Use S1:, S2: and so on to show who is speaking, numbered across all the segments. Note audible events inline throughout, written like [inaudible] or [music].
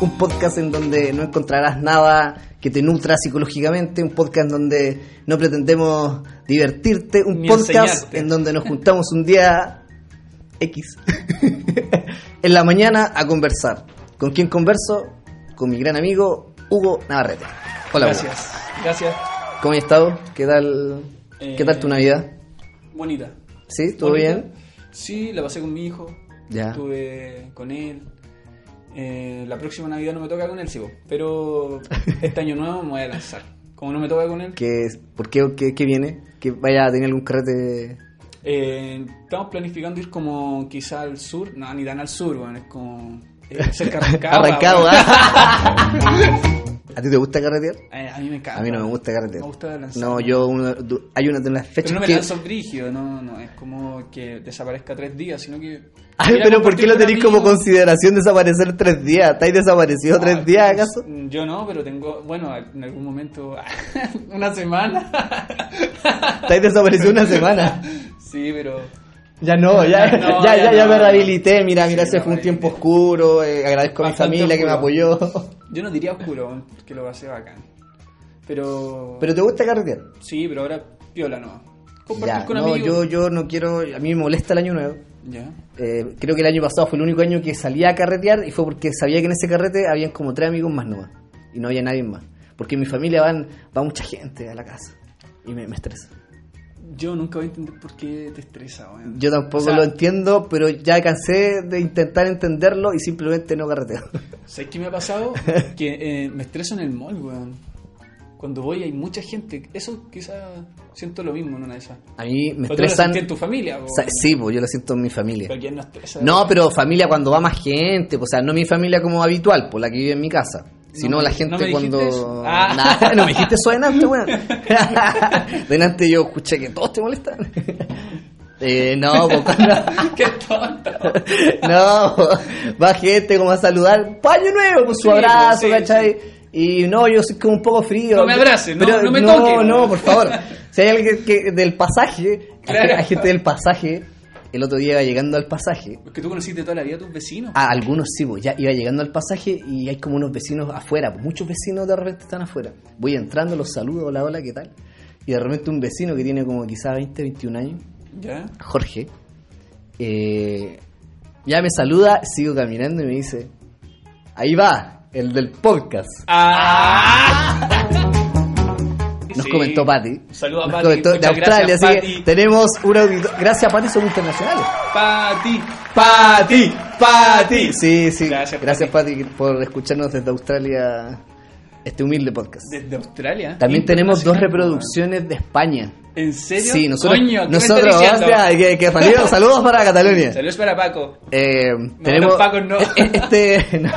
S1: Un podcast en donde no encontrarás nada que te nutra psicológicamente, un podcast en donde no pretendemos divertirte, un
S2: Ni
S1: podcast
S2: enseñarte.
S1: en donde nos juntamos un día X [laughs] en la mañana a conversar. ¿Con quién converso? Con mi gran amigo Hugo Navarrete. Hola, Hugo.
S2: Gracias, gracias.
S1: ¿Cómo has estado? ¿Qué tal? ¿Qué tal tu
S2: Eh,
S1: Navidad?
S2: Bonita.
S1: ¿Sí? ¿Todo
S2: Bonita.
S1: bien?
S2: Sí, la pasé con mi hijo.
S1: Ya.
S2: Estuve con él. Eh, la próxima Navidad no me toca con él, sí, po,
S1: [laughs]
S2: pero este año nuevo me voy a lanzar. Como no me toca con él,
S1: que por qué, qué- qué viene que vaya a tener algún carrete
S2: eh, estamos planificando ir como quizá al sur. No, ni tan al sur, bueno, es como eh, cerca de Rancagua,
S1: arrancado
S2: bueno.
S1: ¿ah? [laughs] a ti te gusta carretear
S2: Eh, a mí me encanta.
S1: a mí no me gusta carretear
S2: Me gusta lanzar.
S1: no yo uno- du- hay una de las fechas
S2: Pero no me
S1: que [laughs]
S2: lanzo brígido, no, no, es como que desaparezca tres días, sino que...
S1: Ah,
S2: Mira,
S1: pero ¿por qué
S2: compartir
S1: lo
S2: con
S1: tenéis como
S2: amigos.
S1: consideración desaparecer tres días? ¿Estáis desaparecido
S2: Ah,
S1: tres días
S2: pues,
S1: acaso?
S2: Yo no, pero tengo, bueno, en algún momento, [laughs] una semana. [laughs]
S1: ¿Estáis desaparecido una semana?
S2: sí, pero...
S1: Ya no, ya,
S2: Ya
S1: [laughs]
S2: no,
S1: ya, ya,
S2: ya
S1: ya me
S2: no.
S1: rehabilité. Mira, mira,
S2: Sí,
S1: ese
S2: me
S1: fue un tiempo
S2: rehabilité.
S1: oscuro. eh, agradezco a mi
S2: Bastante
S1: familia que me apoyó. [laughs]
S2: Yo no diría oscuro, que lo pasé bacán. Pero...
S1: ¿Pero te gusta carretear?
S2: Sí, pero ahora piola no. Compartir
S1: Ya,
S2: con
S1: no,
S2: amigos.
S1: yo, yo no quiero... A mí me molesta el año nuevo.
S2: Ya.
S1: Eh, creo que el año pasado fue el único año que salía a carretear y fue porque sabía que en ese carrete habían como tres amigos más nomás y no había nadie más. Porque en mi familia van, va mucha gente a la casa y me, me estresa.
S2: Yo nunca voy a entender por qué te estresa, weón.
S1: Yo tampoco
S2: O sea,
S1: lo entiendo, pero ya cansé de intentar entenderlo y simplemente no carreteo. [laughs]
S2: ¿Sabes qué me ha pasado? que eh, me estreso en el mall, weón. Cuando voy hay mucha gente. Eso quizá siento lo mismo en una de esas.
S1: A mí me
S2: Pero tú lo
S1: estresan.
S2: sentí en tu familia, weón.
S1: Sa- Sí, pues yo lo siento en mi familia.
S2: Pero ¿quién no estresa?
S1: No,
S2: weón?
S1: pero familia cuando va más gente, pues, o sea, no mi familia como habitual, por la que vive en mi casa, sino
S2: me-
S1: la
S2: no
S1: gente
S2: me dijiste
S1: cuando...
S2: eso. Ah.
S1: Nah, [laughs] no me dijiste eso delante, weón.
S2: [laughs]
S1: delante yo escuché que todos te molestan. [laughs] eh, no, pues cuando...
S2: [laughs]
S1: [laughs]
S2: ¡Qué tonto!
S1: no, pues, va gente como a saludar, "Pa' año nuevo, con su
S2: Sí, pues,
S1: abrazo,
S2: sí,
S1: ¿cachai? Y no, yo soy como un poco frío.
S2: No me abraces, no- no me
S1: no,
S2: toques.
S1: No, por favor. Si hay alguien que, del pasaje,
S2: Claro.
S1: hay gente del pasaje, el otro día iba llegando al pasaje,
S2: Porque tú conociste toda la vida a tus vecinos.
S1: Ah, algunos sí, pues ya iba llegando al pasaje y hay como unos vecinos afuera, pues muchos vecinos de repente están afuera. Voy entrando, los saludo, hola, hola, ¿qué tal? Y de repente un vecino que tiene como quizás 20, 21 años,
S2: ¿Ya?
S1: Jorge, eh, ya me saluda, sigo caminando y me dice, ahí va, el del podcast. [laughs] Nos
S2: Ah. Sí.
S1: comentó Patti.
S2: Un saludo a
S1: Nos
S2: Pati,
S1: comentó de
S2: muchas
S1: Australia,
S2: gracias,
S1: así que
S2: Pati.
S1: tenemos un auditor. Gracias, Patti, somos internacionales.
S2: Pati.
S1: Pati, Pati. Sí, sí. Gracias,
S2: Gracias,
S1: Pati. por escucharnos desde Australia este humilde podcast.
S2: Desde Australia.
S1: También tenemos dos
S2: Internacional,
S1: reproducciones de España.
S2: weón. ¿En serio?
S1: Sí, nosotros,
S2: Coño, ¿qué me estás
S1: nosotros,
S2: diciendo?
S1: o sea, que, que
S2: [laughs]
S1: salieron- saludos para Cataluña.
S2: Saludos para Paco.
S1: Eh, tenemos
S2: los Pacos no.
S1: este, [laughs] no,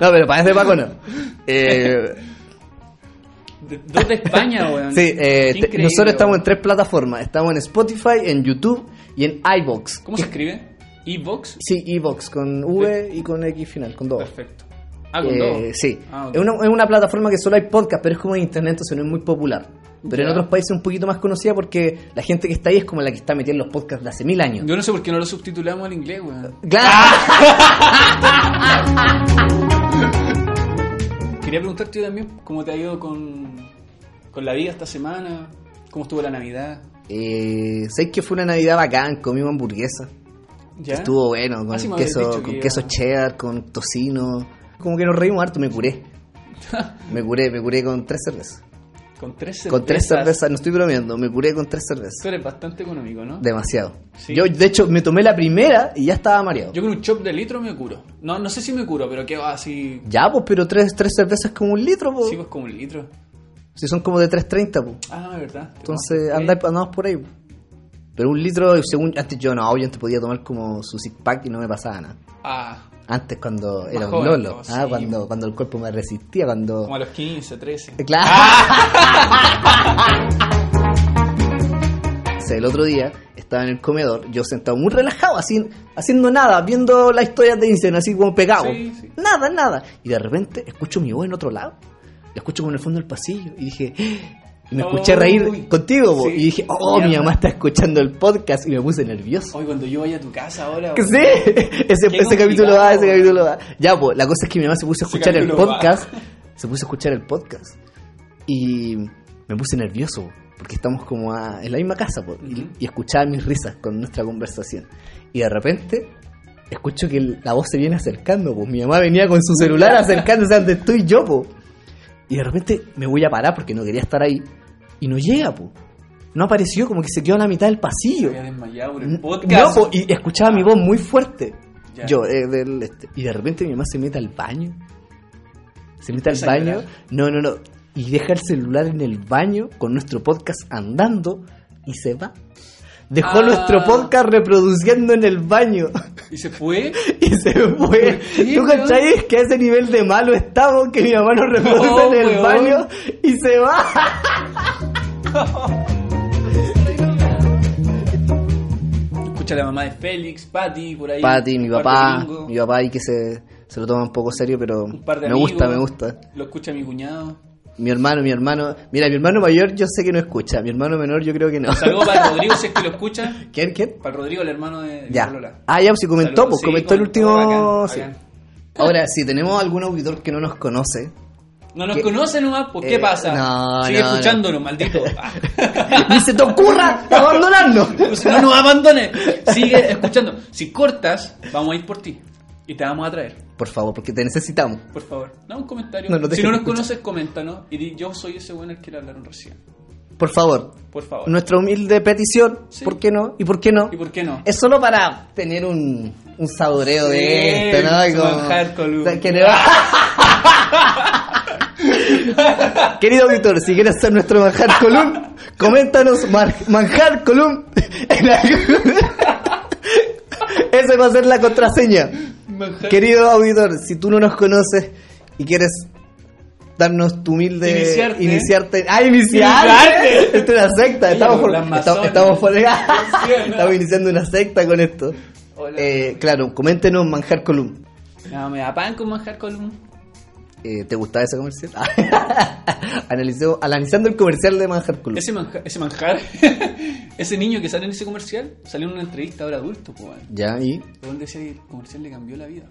S1: no, pero para este Paco no. Eh,
S2: De- Dos de
S1: [laughs]
S2: España, weón.
S1: sí, eh,
S2: Qué
S1: te-
S2: increíble,
S1: nosotros estamos en
S2: weón.
S1: tres plataformas, estamos en Spotify, en YouTube y en iBox.
S2: ¿Cómo se escribe? ¿Evox?
S1: Sí, iBox con V y con X final, con dos.
S2: Perfecto. Ah, con
S1: Eh,
S2: dos.
S1: Sí.
S2: Ah, ok.
S1: es, una, es una plataforma que solo hay podcast, pero es como en internet, entonces no es muy popular. Pero en
S2: Ya.
S1: otros países un poquito más conocida porque la gente que está ahí es como la que está metida en los podcasts de hace mil años.
S2: Yo Ah. no sé por qué no lo subtitulamos al inglés, weón.
S1: ¡Claro!
S2: Quería preguntarte también cómo te ha ido con, con la vida esta semana. ¿Cómo estuvo la Navidad?
S1: [laughs] Eh, ¿Sabes que fue una Navidad bacán? Comimos hamburguesa.
S2: ¿Ya? [laughs]
S1: Estuvo bueno, con,
S2: Ah, sí me habías
S1: queso,
S2: dicho
S1: con
S2: que
S1: queso
S2: iba-
S1: cheddar, con tocino. Como que nos reímos harto, me curé. me curé, me curé con tres cervezas.
S2: Con tres cervezas.
S1: Con tres cervezas, no estoy bromeando, me curé con tres cervezas.
S2: Tú eres bastante económico, ¿no?
S1: Demasiado.
S2: Sí.
S1: Yo, de hecho, me tomé la primera y ya estaba mareado.
S2: Yo con un chop de litro me curo. No, no sé si me curo, pero quedo así.
S1: Ya, pues, pero tres, tres cervezas como un litro, pues.
S2: Sí, pues como un litro.
S1: Si son como de 3.30, pues.
S2: Ah, verdad.
S1: Entonces,
S2: Ok.
S1: andáis andamos por ahí, pues. Pero un litro, según antes yo no, yo antes podía tomar como su six pack y no me pasaba nada.
S2: Ah,
S1: Antes cuando era un
S2: joven,
S1: lolo,
S2: no,
S1: ah,
S2: sí. pues.
S1: cuando, cuando el cuerpo me resistía, cuando...
S2: como a los 15, 13.
S1: Claro. [laughs] O sea, el otro día estaba en el comedor, yo sentado muy relajado, así, haciendo nada, viendo las historias de Instagram, así como pegado.
S2: Sí, sí.
S1: Nada, nada. Y de repente escucho mi voz en otro lado. La escucho como en el fondo del pasillo. Y dije. [gasps] Y me escuché
S2: Uy.
S1: reír contigo, po.
S2: Sí.
S1: Y dije, oh, mi
S2: Mierda.
S1: mamá está escuchando el podcast. Y me puse nervioso.
S2: Hoy cuando yo vaya a tu casa ahora.
S1: Que
S2: weón.
S1: sí, ese,
S2: Qué
S1: ese capítulo va, ese
S2: complicado.
S1: capítulo va. Ya, pues, la cosa es que mi mamá se puso a
S2: Ese
S1: escuchar el
S2: capítulo va.
S1: podcast. Se puso a escuchar el podcast. Y me puse nervioso, porque estamos como a- en la misma casa, po, y,
S2: Ujú.
S1: y escuchaba mis risas con nuestra conversación. Y de repente escucho que el- la voz se viene acercando, pues mi mamá venía con su
S2: [laughs]
S1: celular acercándose a donde estoy yo, po. Y de repente me voy a parar porque no quería estar ahí. Y no llega, po. No apareció, como que se quedó a la mitad del
S2: Me
S1: pasillo.
S2: había desmayado por
S1: N-
S2: el podcast.
S1: No, po, y escuchaba mi voz muy fuerte.
S2: Ya.
S1: Yo, eh, del este. Y de repente mi mamá se mete al baño. Se mete al
S2: Empieza a
S1: baño.
S2: llorar.
S1: No, no, no. Y deja el celular en el baño con nuestro podcast andando y se va. Dejó
S2: Ah.
S1: nuestro podcast reproduciendo en el baño [laughs]
S2: ¿Y se fue?
S1: y se fue.
S2: ¿Por qué,
S1: ¿Tú
S2: weón?
S1: cachai? Es que a ese nivel de malo estamos que mi mamá nos reproduce
S2: [laughs] No,
S1: en el
S2: weón.
S1: baño y se va.
S2: Escucha a la mamá de Félix, Patty, por ahí.
S1: Pati, mi
S2: un par de
S1: papá,
S2: gringos,
S1: mi papá y que se, se lo toma un poco serio, pero
S2: un par de
S1: me
S2: amigos.
S1: gusta, me gusta.
S2: Lo escucha mi cuñado.
S1: Mi hermano, mi hermano. Mira, mi hermano mayor yo sé que no escucha. Mi hermano menor yo creo que no.
S2: Saludos para el Rodrigo, si es que lo escucha.
S1: [laughs] ¿Quién? ¿Quién?
S2: Para el Rodrigo, el hermano de de
S1: Ya.
S2: Polola.
S1: Ah, ya, pues si comentó,
S2: Saludos,
S1: pues
S2: sí,
S1: comentó el
S2: comentó,
S1: último.
S2: bacán,
S1: sí.
S2: bacán.
S1: Ahora, si tenemos algún auditor que no nos
S2: [laughs]
S1: conoce,
S2: No nos
S1: ¿Qué?
S2: conoce nomás, pues ¿qué
S1: Eh,
S2: pasa?
S1: no,
S2: Sigue
S1: no, no.
S2: escuchándonos,
S1: [laughs]
S2: [laughs] maldito. Ah.
S1: ni se te ocurra abandonarnos.
S2: Entonces, no nos abandones. Sigue escuchando. Si cortas, vamos a ir por ti. Y te vamos a traer,
S1: Por favor, porque te necesitamos.
S2: por favor. Da un comentario.
S1: No, no te
S2: si no nos
S1: escucha.
S2: conoces, coméntanos. Y di, yo soy ese bueno al que le hablaron recién.
S1: Por favor.
S2: Por favor.
S1: Nuestra humilde petición,
S2: Sí.
S1: ¿por qué no? ¿Y por qué no?
S2: ¿Y por qué no?
S1: Es solo para tener un, un saboreo
S2: Sí,
S1: de esto,
S2: su
S1: ¿no?
S2: manjar columna.
S1: que le va. [laughs] Querido auditor, si quieres ser nuestro manjar column, coméntanos mar- manjar column. en la- [laughs] Esa va a ser la contraseña. Querido auditor, si tú no nos conoces y quieres darnos tu humilde
S2: Iniciarte.
S1: iniciarte ah iniciarte
S2: Iniciarte.
S1: esto es una secta
S2: Oye,
S1: estamos
S2: las
S1: por,
S2: masonas.
S1: estamos, estamos por-
S2: Funciona.
S1: estamos iniciando una secta con esto
S2: Hola.
S1: Eh, claro coméntenos manjar column
S2: No, me da pan con manjar column.
S1: Eh, te gustaba ese comercial [laughs] Analizó- analizando el comercial de manjar column
S2: Ese manjar, ese, manjar [laughs] ese niño que sale en ese comercial, salió en una entrevista ahora adulto, pues. weón.
S1: ya y
S2: Donde decía que el comercial le cambió la vida.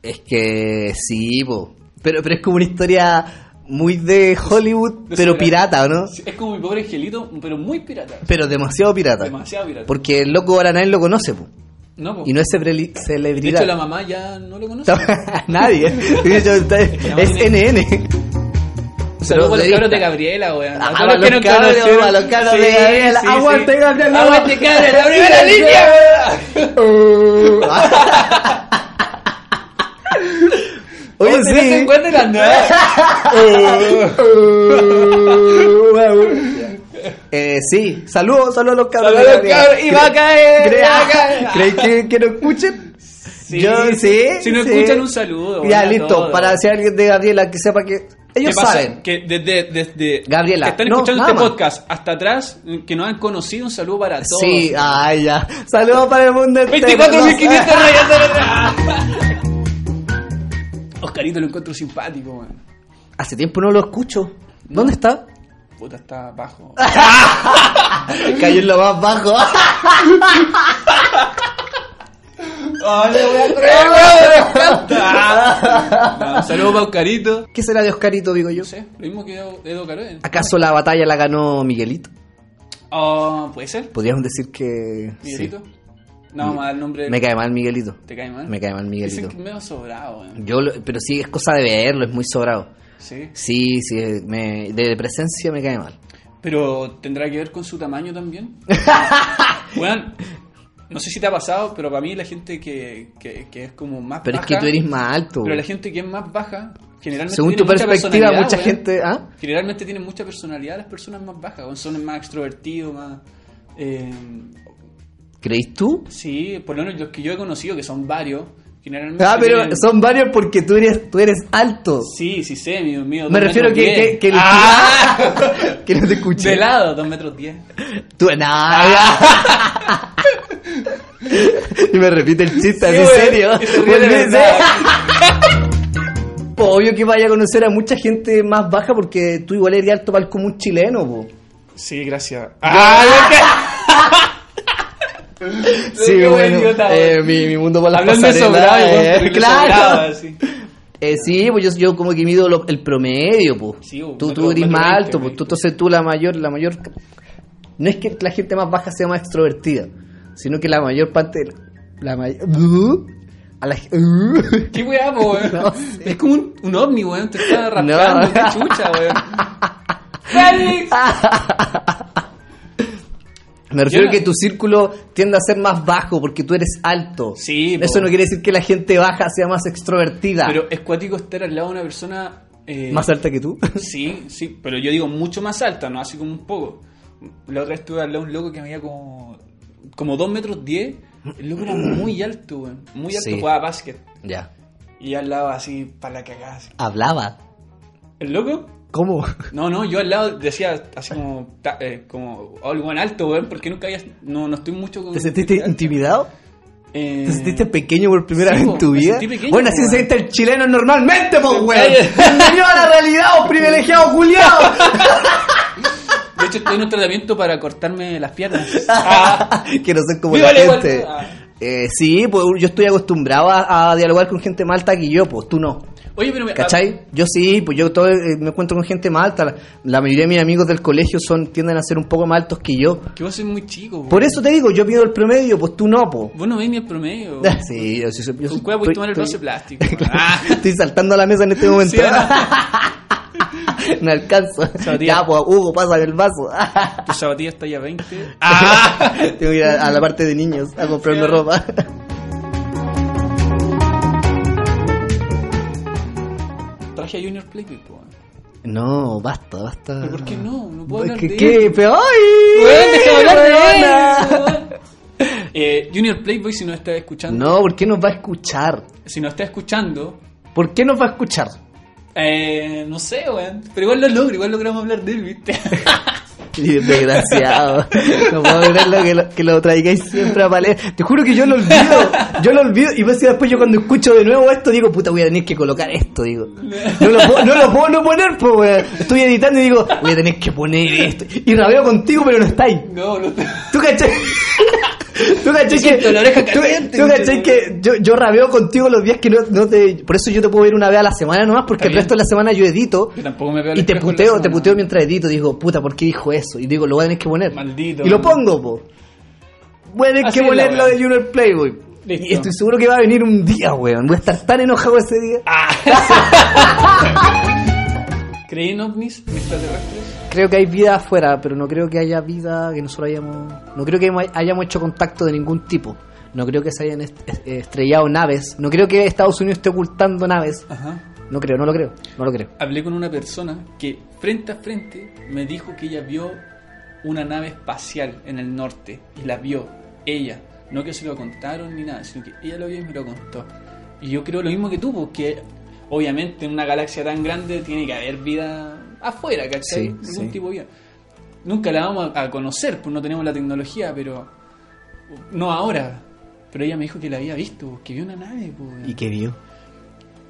S1: es que sí po. pero pero es como una historia muy de Hollywood
S2: De
S1: pero
S2: superhéroe.
S1: pirata ¿o no
S2: Sí, Es como mi pobre angelito, pero muy pirata.
S1: pero demasiado pirata
S2: Demasiado pirata.
S1: Porque el loco ahora nadie lo conoce, po.
S2: No, po.
S1: Y no es cebreli-
S2: de hecho, la
S1: celebridad.
S2: mamá ya no lo conoce.
S1: [laughs]
S2: [laughs]
S1: nadie. De hecho, está-
S2: la mamá
S1: es
S2: tiene-
S1: NN.
S2: Saludos a los
S1: Periodista.
S2: cabros de Gabriela, weón.
S1: Ah,
S2: A
S1: a
S2: todos los
S1: los
S2: que nos
S1: cabros,
S2: conocieron.
S1: a los cabros de Gabriela. Aguante, Gabriela.
S2: Aguante,
S1: [laughs]
S2: Gabriela, la primera línea.
S1: [laughs] Oye,
S2: Oye, no se
S1: sí.
S2: encuentren las nuevas.
S1: [laughs] Eh, sí, saludos, saludos a los cabros.
S2: Saludos a los
S1: de Gabriela.
S2: cabros, y va a caer,
S1: Cre- [laughs]
S2: va a caer.
S1: ¿Crees que, que no escuchen?
S2: Sí,
S1: Yo sí.
S2: Si no
S1: sí.
S2: escuchan, un saludo.
S1: Ya,
S2: weón, a
S1: listo.
S2: todos.
S1: Para si alguien de Gabriela que sepa que.
S2: ¿Qué
S1: Ellos
S2: pasa?
S1: saben.
S2: Que desde, desde
S1: Gabriela,
S2: que están
S1: no,
S2: escuchando
S1: nada
S2: este
S1: más.
S2: podcast hasta atrás, que nos han conocido, un saludo para todos.
S1: Sí, ay, ya. Saludos para el mundo entero.
S2: 24.500 rayas de [laughs] Oscarito lo encuentro simpático, weón.
S1: Hace tiempo no lo escucho. ¿Dónde está?
S2: Puta, está [laughs] bajo.
S1: Cayó en lo más bajo.
S2: No, un saludo para Oscarito.
S1: [laughs] ¿Qué será de Oscarito, digo yo?
S2: No sé, lo mismo que Edo, Edo Caroe.
S1: ¿Acaso la batalla la ganó Miguelito?
S2: Ah, ¿Puede ser?
S1: Podríamos decir que. sí.
S2: ¿Miguelito? No, vamos a dar el nombre.
S1: Me cae mal Miguelito.
S2: ¿Te cae mal?
S1: Me cae mal
S2: Dicen
S1: Miguelito. Mm.
S2: que es medio sobrado, weón.
S1: Yo lo- pero sí, es cosa de verlo, es muy sobrado.
S2: Sí.
S1: Sí, sí, me- de presencia me cae mal.
S2: Pero tendrá que ver con su tamaño
S1: [laughs]
S2: también. Weón, no sé si te ha pasado, pero para mí la gente que, que, que es como más
S1: Pero
S2: baja.
S1: es que tú eres más alto.
S2: Pero la
S1: weón.
S2: gente que es más baja, generalmente.
S1: Según
S2: tiene
S1: tu
S2: mucha
S1: perspectiva,
S2: personalidad,
S1: mucha
S2: weón.
S1: gente. ¿ah?
S2: Generalmente tienen mucha personalidad las personas más bajas, weón, son más extrovertidos, más. eh,
S1: ¿Crees tú?
S2: sí, por lo menos los que yo he conocido, que son varios, generalmente.
S1: Ah, pero
S2: tienen-
S1: son varios porque tú eres, tú eres alto.
S2: Sí, sí sé, mío, mío.
S1: Me
S2: dos
S1: refiero
S2: metros
S1: que,
S2: diez.
S1: que, que el-
S2: Ah.
S1: [laughs] que no te escuché.
S2: De lado, dos metros diez.
S1: Tú, no.
S2: [laughs]
S1: y me repite el chiste,
S2: Sí,
S1: así
S2: weón,
S1: serio.
S2: que se ríe de
S1: Volví a decir-
S2: verdad.
S1: [laughs] Po, Pues, Obvio que vaya a conocer a mucha gente más baja porque tú igual eres alto para el común chileno, po.
S2: Sí, gracias. Ah,
S1: Sí,
S2: qué buen
S1: bueno,
S2: idiota,
S1: eh,
S2: weón.
S1: mi, mi mundo para las
S2: Hablando de
S1: pasarelas,
S2: sobrado,
S1: eh,
S2: weón, porque
S1: claro.
S2: sobraba, sí.
S1: Eh, sí, pues yo, yo como que mido lo- el promedio, pues.
S2: Sí, un
S1: tú,
S2: metro-
S1: tú eres
S2: metro
S1: más
S2: veinte,
S1: alto, pues.
S2: veinte.
S1: Tú, entonces tú la mayor, la mayor... No es que la gente más baja sea más extrovertida, sino que la mayor parte... de La, la may- a la-
S2: Qué weá, po,
S1: [laughs]
S2: weón.
S1: No sé.
S2: Es como un, un ovni, weón. Te está
S1: No.
S2: rascando, qué
S1: [laughs]
S2: chucha, weón. ¡Félix!
S1: [laughs] Ah. Me refiero
S2: Yo
S1: a
S2: no-
S1: que tu círculo tiende a ser más bajo porque tú eres alto.
S2: Sí, po.
S1: Eso no quiere decir que la gente baja sea más extrovertida.
S2: Pero es cuático estar al lado de una persona. eh,
S1: ¿Más alta que
S2: [laughs]
S1: tú?
S2: Sí, sí, pero yo digo mucho más alta, no así como un poco. La otra vez estuve al lado de un loco que me como. como 2 metros 10. El loco era muy alto, weón. Muy alto,
S1: Sí.
S2: jugaba básquet.
S1: ya.
S2: Y yo al lado así, para la cagada. así.
S1: Hablaba.
S2: ¿El loco?
S1: ¿Cómo?
S2: No, no, yo al lado decía así como. ta- eh, como. Oh, el weón alto, weón, porque nunca había. No, no estoy mucho con.
S1: ¿Te sentiste intimidado?
S2: Eh,
S1: ¿Te sentiste pequeño por primera
S2: sí,
S1: vez
S2: po,
S1: en tu
S2: me
S1: vida?
S2: sentí pequeño,
S1: bueno,
S2: po,
S1: así se
S2: weón.
S1: siente el chileno normalmente, po,
S2: Sí,
S1: weón.
S2: [laughs] oye.
S1: Bienvenido a la realidad, oh privilegiado
S2: [laughs]
S1: culiado.
S2: De hecho, estoy en un tratamiento para cortarme las piernas.
S1: [laughs] que no son como
S2: ¡Viva
S1: la
S2: la ah.
S1: gente.
S2: igualdad!
S1: Eh, sí, pues yo estoy acostumbrado a, a dialogar con gente más alta que yo, pues tú no.
S2: Oye, pero me.
S1: ¿Cachai? Yo sí, pues yo todo, eh, me encuentro con gente más alta. La, la mayoría de mis amigos del colegio son tienden a ser un poco más altos que yo.
S2: ah, Que vos sos muy chico, weón.
S1: Por eso te digo, yo pido el promedio, pues tú no, pues.
S2: Vos no ves ni el promedio.
S1: Sí, [laughs] yo, sí soy- yo
S2: Con
S1: soy-
S2: cueva puedes tomar el
S1: estoy-
S2: vaso
S1: [laughs]
S2: de plástico. weón. Ah. [laughs]
S1: Estoy saltando a la mesa en este momento.
S2: Sí, ¿verdad?
S1: [laughs] no alcanzo.
S2: Sabría.
S1: Ya, pues, Hugo, pásame el vaso.
S2: Tu zapatilla está ya 20.
S1: Ah. [laughs] Tengo que ir a, a la parte de niños a comprarme
S2: Ah. Sí.
S1: ropa.
S2: Traje a Junior Playboy, po. weón.
S1: [laughs] No, basta, basta.
S2: ¿Pero por qué no? No puedo
S1: Es
S2: hablar
S1: que- [laughs]
S2: de
S1: ¿Qué?
S2: él.
S1: Pero- ¡Ay!
S2: Weón, deja hablar de
S1: weona!
S2: él, weón. Eh, Junior Playboy, si no está escuchando,
S1: No, ¿por qué nos va a escuchar?
S2: si no está escuchando,
S1: ¿Por qué nos va a escuchar?
S2: eh, no sé, weón. Pero igual lo logro, igual logramos hablar de
S1: [laughs]
S2: él, viste. [laughs]
S1: Sí, Desgraciado. [laughs] No puedo creerlo que lo, que lo traigáis siempre a palé. Te juro que yo lo olvido. Yo lo olvido. Y pues si después yo cuando escucho de nuevo esto digo, puta, voy a tener que colocar esto. Digo, no lo puedo no, lo puedo no poner, pues, weón. Estoy editando y digo, voy a tener que poner esto. Y rabeo contigo, pero no estáis.
S2: No, [laughs] no.
S1: ¿Tú cachai? [laughs] ¿Tú cachai que,
S2: siento la oreja
S1: tú-
S2: caliente,
S1: tú
S2: mucho,
S1: cachai
S2: weón.
S1: que yo, yo rabeo contigo los días que no, no te... Por eso yo te puedo ver una vez a la semana nomás, porque
S2: Está
S1: el
S2: bien.
S1: resto de la semana yo edito.
S2: Yo tampoco me veo al
S1: Y te
S2: espejo en la
S1: puteo, te
S2: semana.
S1: puteo mientras edito. Digo, puta, ¿por qué dijo eso? Y digo, lo voy a tener que poner.
S2: Maldito,
S1: Y lo
S2: weón.
S1: pongo, po. Voy a tener
S2: Así
S1: que
S2: es la
S1: poner lo de
S2: weá.
S1: Junior Playboy.
S2: Listo.
S1: Y estoy seguro que va a venir un día, weón. Voy a estar tan enojado ese día.
S2: Ah. ¿Creí en ovnis, en extraterrestres?
S1: Creo que hay vida afuera, pero no creo que haya vida que nosotros hayamos. No creo que hemos- hayamos hecho contacto de ningún tipo. No creo que se hayan est- est- estrellado naves. No creo que Estados Unidos esté ocultando naves.
S2: Ajá.
S1: No creo, no lo creo. No lo creo.
S2: Hablé con una persona que frente a frente me dijo que ella vio una nave espacial en el norte y la vio ella. No que se lo contaron ni nada, sino que ella lo vio y me lo contó. Y yo creo lo mismo que tú, porque obviamente en una galaxia tan grande tiene que haber vida afuera, ¿cachai?
S1: Sí,
S2: Algún
S1: sí.
S2: tipo de vida. Nunca la vamos a a conocer, pues no tenemos la tecnología, pero no ahora. Pero ella me dijo que la había visto, que vio una nave. Pues.
S1: ¿Y qué vio?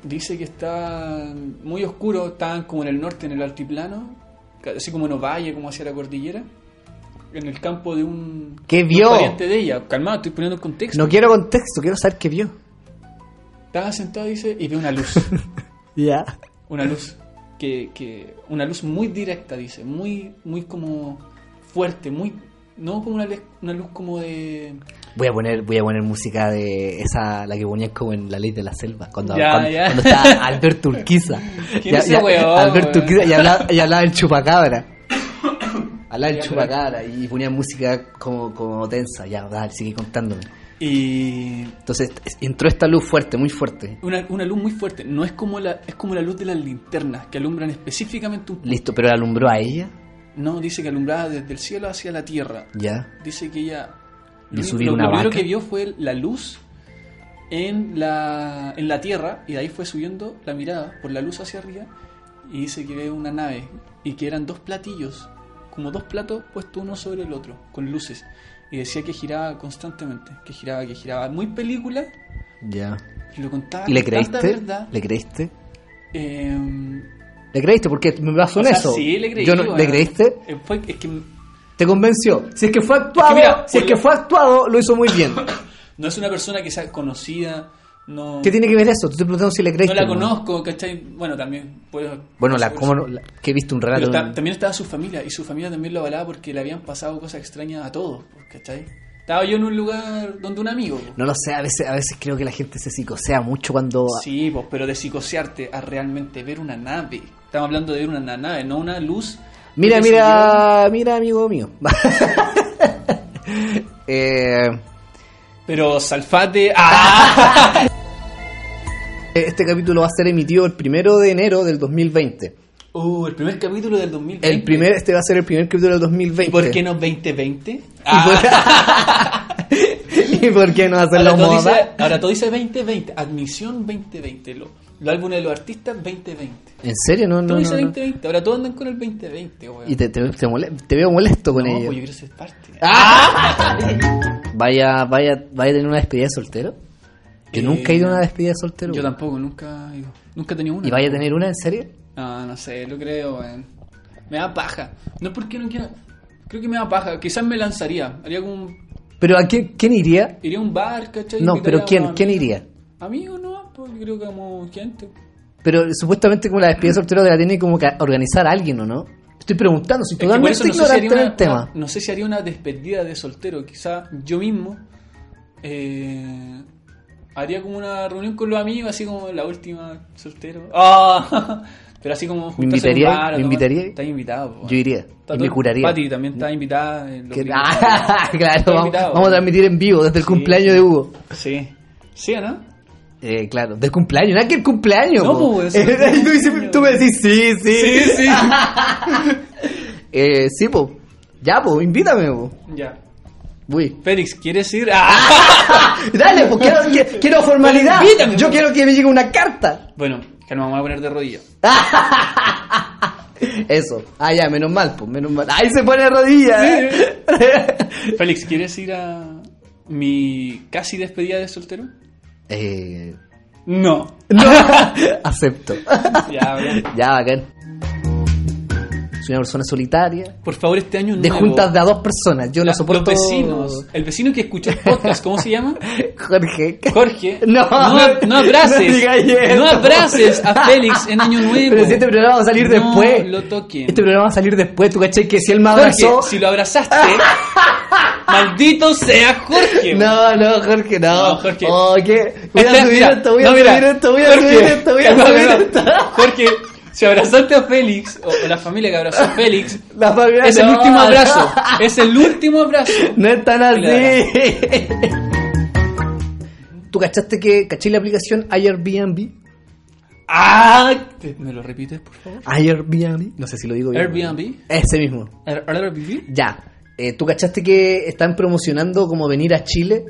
S2: Dice que está muy oscuro, estaban como en el norte, en el altiplano, así como en Ovalle, como hacia la cordillera, en el campo de un,
S1: ¿Qué
S2: de un
S1: vio?
S2: pariente de ella. Calmado, estoy poniendo en contexto.
S1: No quiero contexto, quiero saber qué vio.
S2: Estaba sentado, dice, y ve
S1: [laughs]
S2: una luz,
S1: Ya.
S2: una luz, que, que- una luz muy directa, dice, muy, muy como fuerte, muy No como una, le- una luz como de.
S1: Voy a poner, voy a poner música de esa, la que ponían como en La Ley de la Selva, cuando,
S2: Ya,
S1: cuando,
S2: ya.
S1: cuando
S2: [laughs]
S1: estaba Alberto Urquiza.
S2: ¿Quién es ese weón,
S1: Alberto
S2: weón?
S1: Urquiza, y hablaba, y hablaba del
S2: [coughs]
S1: chupacabra. Hablaba del
S2: Ya, pero-
S1: chupacabra y ponía música como, como tensa, ya, dale, sigue contándome.
S2: Y.
S1: Entonces es- entró esta luz fuerte, muy fuerte.
S2: Una, una luz muy fuerte. No es como la, es como la luz de las linternas que alumbran específicamente un.
S1: Listo, pero alumbró a ella,
S2: No, dice que alumbraba desde el cielo hacia la tierra.
S1: ya.
S2: Dice que ella.
S1: ¿Y
S2: Lo,
S1: subir
S2: lo
S1: una
S2: primero
S1: vaca?
S2: que vio fue la luz en la, en la tierra y de ahí fue subiendo la mirada por la luz hacia arriba y dice que ve una nave y que eran dos platillos, como dos platos puestos uno sobre el otro, con luces. Y decía que giraba constantemente, que giraba, que giraba. Muy película,
S1: Ya.
S2: y lo contaba
S1: ¿Y le
S2: con tanta
S1: creíste?
S2: Ah, verdad.
S1: ¿Le creíste?
S2: Em,
S1: ¿Le creíste? Porque me basó
S2: o
S1: en
S2: sea,
S1: eso.
S2: sí, le creí,
S1: Yo no- ¿Le
S2: weón.
S1: creíste?
S2: Eh, fue- es que
S1: ¿Te convenció? Si es que fue actuado,
S2: mira,
S1: si es
S2: por
S1: que
S2: lo-
S1: fue actuado, lo hizo muy
S2: [coughs]
S1: bien.
S2: no es una persona que sea conocida, no,
S1: ¿Qué tiene que ver eso? Tú te preguntando si le
S2: no
S1: creíste.
S2: la
S1: o no.
S2: conozco, ¿cachai? Bueno, también puedo...
S1: Bueno, la, ¿cómo no? La- que viste un relato.
S2: Pero
S1: de
S2: ta-
S1: un-
S2: también estaba su familia, y su familia también lo avalaba porque le habían pasado cosas extrañas a todos, pues, ¿cachai? Estaba yo en un lugar donde un amigo. pues.
S1: No lo sé, a veces, a veces creo que la gente se psicosea mucho cuando.
S2: Sí, pues, pero de psicosearte a realmente ver una nave. Estamos hablando de ver una na- nave, no una luz.
S1: Mira,
S2: que se
S1: mira, mira, amigo mío. [laughs] eh,
S2: dio- Pero Salfate. ¡Ah!
S1: este capítulo va a ser emitido el primero de enero del 2020.
S2: Uh, el primer capítulo del 2020.
S1: El primer, este va a ser el primer capítulo del 2020.
S2: ¿Y por qué no
S1: [laughs]
S2: 2020?
S1: ¿Y
S2: Ah.
S1: por, [laughs] ¿Y por qué no hacerlo
S2: Ahora todo,
S1: moda?
S2: dice, ahora todo dice 2020, admisión 2020, lo, los álbumes de los artistas 2020.
S1: ¿En serio? No,
S2: Todo
S1: no, no.
S2: dice
S1: no.
S2: 2020, ahora todos andan con el 2020, weón.
S1: Y te, Ah, te, te mole- te veo molesto con
S2: No,
S1: ello.
S2: pues yo quiero ser parte.
S1: [laughs] Vaya, vaya, vaya a tener una despedida de soltero. Yo
S2: Eh,
S1: nunca he ido a una despedida de soltero.
S2: yo
S1: güey.
S2: tampoco, nunca, digo, nunca he tenido una.
S1: ¿Y vaya a tener una en serio?
S2: No, no sé, lo creo, weón. Me da paja. No es porque no quiera. Creo que me da paja. Quizás me lanzaría. Haría como un.
S1: ¿Pero a quién, quién iría?
S2: Iría a un bar, ¿cachai?
S1: No,
S2: Invitaría
S1: pero
S2: a
S1: ¿quién,
S2: un-
S1: quién iría?
S2: Amigos, no, pues yo creo que como gente.
S1: Pero supuestamente como la despedida de soltero de la tiene como que organizar a alguien, ¿o no? Estoy preguntando, soy
S2: Es que por
S1: totalmente
S2: eso no sé si
S1: ignorante
S2: haría
S1: en
S2: una-
S1: el tema.
S2: una- no sé si haría una despedida de soltero. Quizá yo mismo eh, haría como una reunión con los amigos, así como la última soltero. [laughs] ¡Ah! Pero así como juntarse
S1: invitaría?
S2: en un bar a
S1: ¿Me
S2: tomar-
S1: invitaría?
S2: Estás invitado. po.
S1: Yo iría,
S2: Está
S1: y me
S2: todo-
S1: curaría.
S2: Pati también está invitada. en los
S1: [laughs] Que-
S2: gringos.
S1: Ah, claro,
S2: Está
S1: vamos,
S2: invitado.
S1: vamos a transmitir en vivo desde el
S2: Sí.
S1: cumpleaños de Hugo. [laughs]
S2: Sí. ¿Sí o no?
S1: Eh, claro, del cumpleaños, nada que el cumpleaños.
S2: No,
S1: po.
S2: pues,
S1: Eh, [laughs]
S2: del
S1: ahí tú, dices-
S2: cumpleaños.
S1: tú me decís, sí, sí.
S2: sí.
S1: [laughs] eh, sí, po. Ya, po, invítame, po.
S2: [laughs] ya.
S1: Uy.
S2: Félix, ¿quieres ir? ¡Ah!
S1: Dale, pues quiero, qui- quiero formalidad.
S2: Invítame,
S1: Yo
S2: pues.
S1: quiero que me llegue una carta.
S2: [laughs] Bueno, que nos vamos a poner de rodillas.
S1: Eso. Ah, ya, menos mal, pues, menos mal. Ahí se pone rodilla. ¿eh?
S2: Félix, ¿quieres ir a mi casi despedida de soltero?
S1: Eh,
S2: No.
S1: [laughs] no, [laughs] acepto. [laughs]
S2: Ya, bueno.
S1: Ya, bacán. Soy una persona solitaria.
S2: Por favor, este año
S1: De
S2: nuevo.
S1: juntas de a dos personas. Yo no
S2: La-
S1: soporto.
S2: Los vecinos. El vecino que escuchó el podcast, ¿cómo se llama?
S1: [laughs] Jorge.
S2: Jorge.
S1: [laughs] No,
S2: no, no abraces.
S1: no digas eso.
S2: No abraces a Félix en Año Nuevo.
S1: Pero si este programa va a salir
S2: Ah, No
S1: después.
S2: lo toquen.
S1: Este programa va a salir después. ¿Tú cachai que si él me
S2: Jorge,
S1: abrazó?
S2: si
S1: [laughs]
S2: lo abrazaste, maldito sea Jorge.
S1: No, no, Jorge, no.
S2: No, Jorge.
S1: Oh, ¿qué? Voy a
S2: Espera,
S1: subir
S2: mira,
S1: esto, voy a
S2: no, mira,
S1: subir esto, voy a
S2: Jorge,
S1: subir esto, voy a
S2: calma,
S1: subir
S2: calma.
S1: esto. [laughs]
S2: Jorge, si abrazaste a Félix, o, o la familia que abrazó
S1: [laughs]
S2: a Félix,
S1: La familia-
S2: es el
S1: no,
S2: último
S1: no.
S2: abrazo. Es el último abrazo.
S1: [laughs] No es tan
S2: Dale,
S1: así. [laughs] ¿Tú cachaste que caché la aplicación Airbnb?
S2: Ah, te- ¿Me lo repites, por favor?
S1: Airbnb, no sé si lo digo bien.
S2: Airbnb.
S1: Ese mismo.
S2: ¿Ar- Airbnb?
S1: Ya. Eh, ¿Tú cachaste que están promocionando como venir a Chile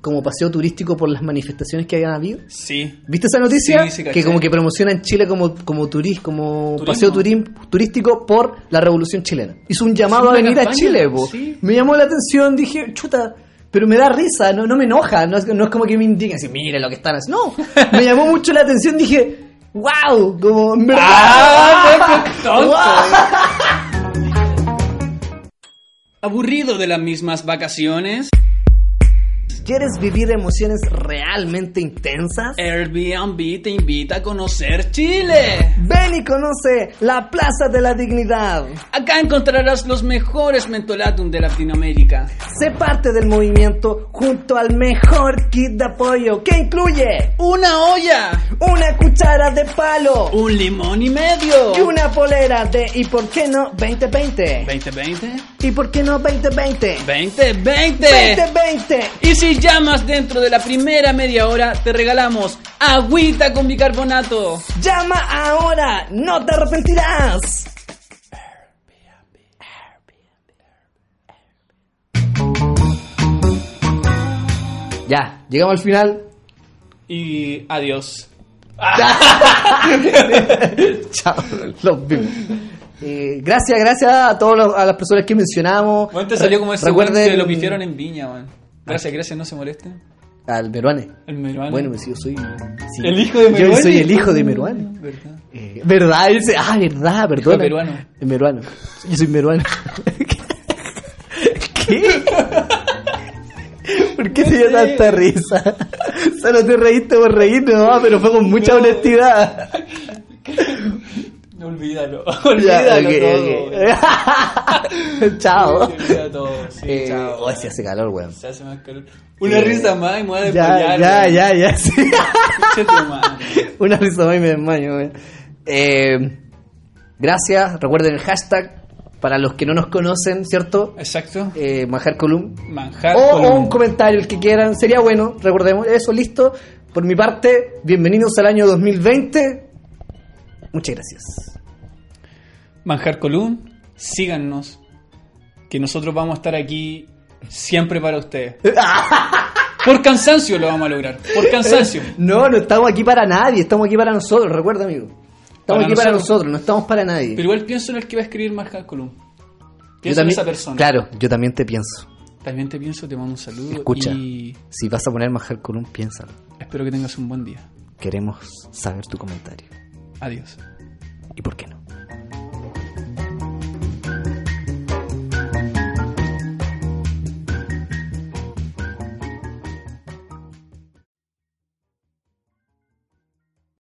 S1: como paseo turístico por las manifestaciones que hayan habido?
S2: Sí.
S1: ¿Viste esa noticia?
S2: Sí, sí, caché.
S1: que como que promocionan Chile como, como, turis- como
S2: Turismo.
S1: paseo turim- turístico por la revolución chilena. Hizo un llamado
S2: Hizo
S1: a
S2: una
S1: venir a
S2: campaña,
S1: Chile, po.
S2: sí.
S1: Me llamó la atención, dije, chuta, pero me da risa, no, no me enoja, no es, no es como que me indiquen, así, mire lo que están
S2: [laughs]
S1: haciendo. No, me llamó mucho la atención, dije, wow, como, en verdad.
S2: ¡Ah! qué tonto!
S1: Guau.
S2: ¿Aburrido de las mismas vacaciones?
S1: ¿Quieres vivir emociones realmente intensas?
S2: Airbnb te invita a conocer Chile.
S1: Ven y conoce la Plaza de la Dignidad.
S2: Acá encontrarás los mejores mentolatum de Latinoamérica.
S1: Sé parte del movimiento junto al mejor kit de apoyo que incluye
S2: Una olla,
S1: una cuchara de palo
S2: un limón y medio.
S1: y una polera de ¿Y por qué no 2020?
S2: 2020,
S1: ¿Y por qué no 2020?
S2: 2020.
S1: 2020.
S2: Y si llamas dentro de la primera media hora, te regalamos agüita con bicarbonato.
S1: Llama ahora, no te arrepentirás. Ya, llegamos al final.
S2: Y adiós.
S1: Chao, los vimos. Eh, gracias, gracias a todas a las personas que mencionamos.
S2: Bueno, te salió como ese
S1: Recuerden-
S2: Recuerden... que lo pifiaron en Viña, man. Gracias, gracias, no se molesten.
S1: Al Meruane.
S2: El Meruane.
S1: Bueno, pues yo soy. sí.
S2: El hijo de
S1: Yo
S2: Meruane.
S1: soy el hijo de Meruane.
S2: ¿Verdad?
S1: Eh, ¿Verdad? Dice, ah, verdad, perdón.
S2: peruano.
S1: Meruano. Yo soy meruano. [laughs]
S2: [laughs]
S1: ¿Qué? ¿Por qué te dio
S2: sé.
S1: tanta risa? [laughs] Solo te reíste por reír, no, pero fue con mucha
S2: No.
S1: honestidad.
S2: Olvídalo.
S1: Ya,
S2: [laughs] Olvídalo
S1: ok,
S2: todo.
S1: ok. Eh. [laughs]
S2: güey.
S1: chao.
S2: Olvida todo. Sí,
S1: Eh,
S2: chao.
S1: oh, sí hace calor, weón.
S2: Se hace más calor. Una risa más y me voy
S1: Ya,
S2: a desmayar.
S1: ya,
S2: güey.
S1: ya, ya, sí. [laughs]
S2: Conche tu madre.
S1: Una risa más y me desmayo, weón. Eh, gracias, recuerden el hashtag para los que no nos conocen, ¿cierto?
S2: Exacto.
S1: Eh, Oh, Majar Column.
S2: Manjar.
S1: O,
S2: con-
S1: o un comentario, el que quieran. Sería bueno, recordemos. Eso, listo. Por mi parte, bienvenidos al año 2020. Muchas gracias.
S2: Manjar Column, síganos. Que nosotros vamos a estar aquí siempre
S1: [laughs]
S2: para ustedes. Por cansancio lo vamos a lograr. Por cansancio.
S1: No, no estamos aquí para nadie. Estamos aquí para nosotros, recuerda, amigo. Estamos
S2: Para
S1: aquí para
S2: nosotros.
S1: nosotros, no estamos para nadie.
S2: Pero igual pienso en el que va a escribir Manjar Column.
S1: yo también,
S2: Pienso en esa persona.
S1: Claro, yo también te pienso.
S2: También te pienso, te mando un saludo.
S1: Escucha,
S2: Y
S1: si vas a poner Majar Column, piénsalo.
S2: espero que tengas un buen día.
S1: Queremos saber tu comentario.
S2: Adiós.
S1: ¿Y por qué no?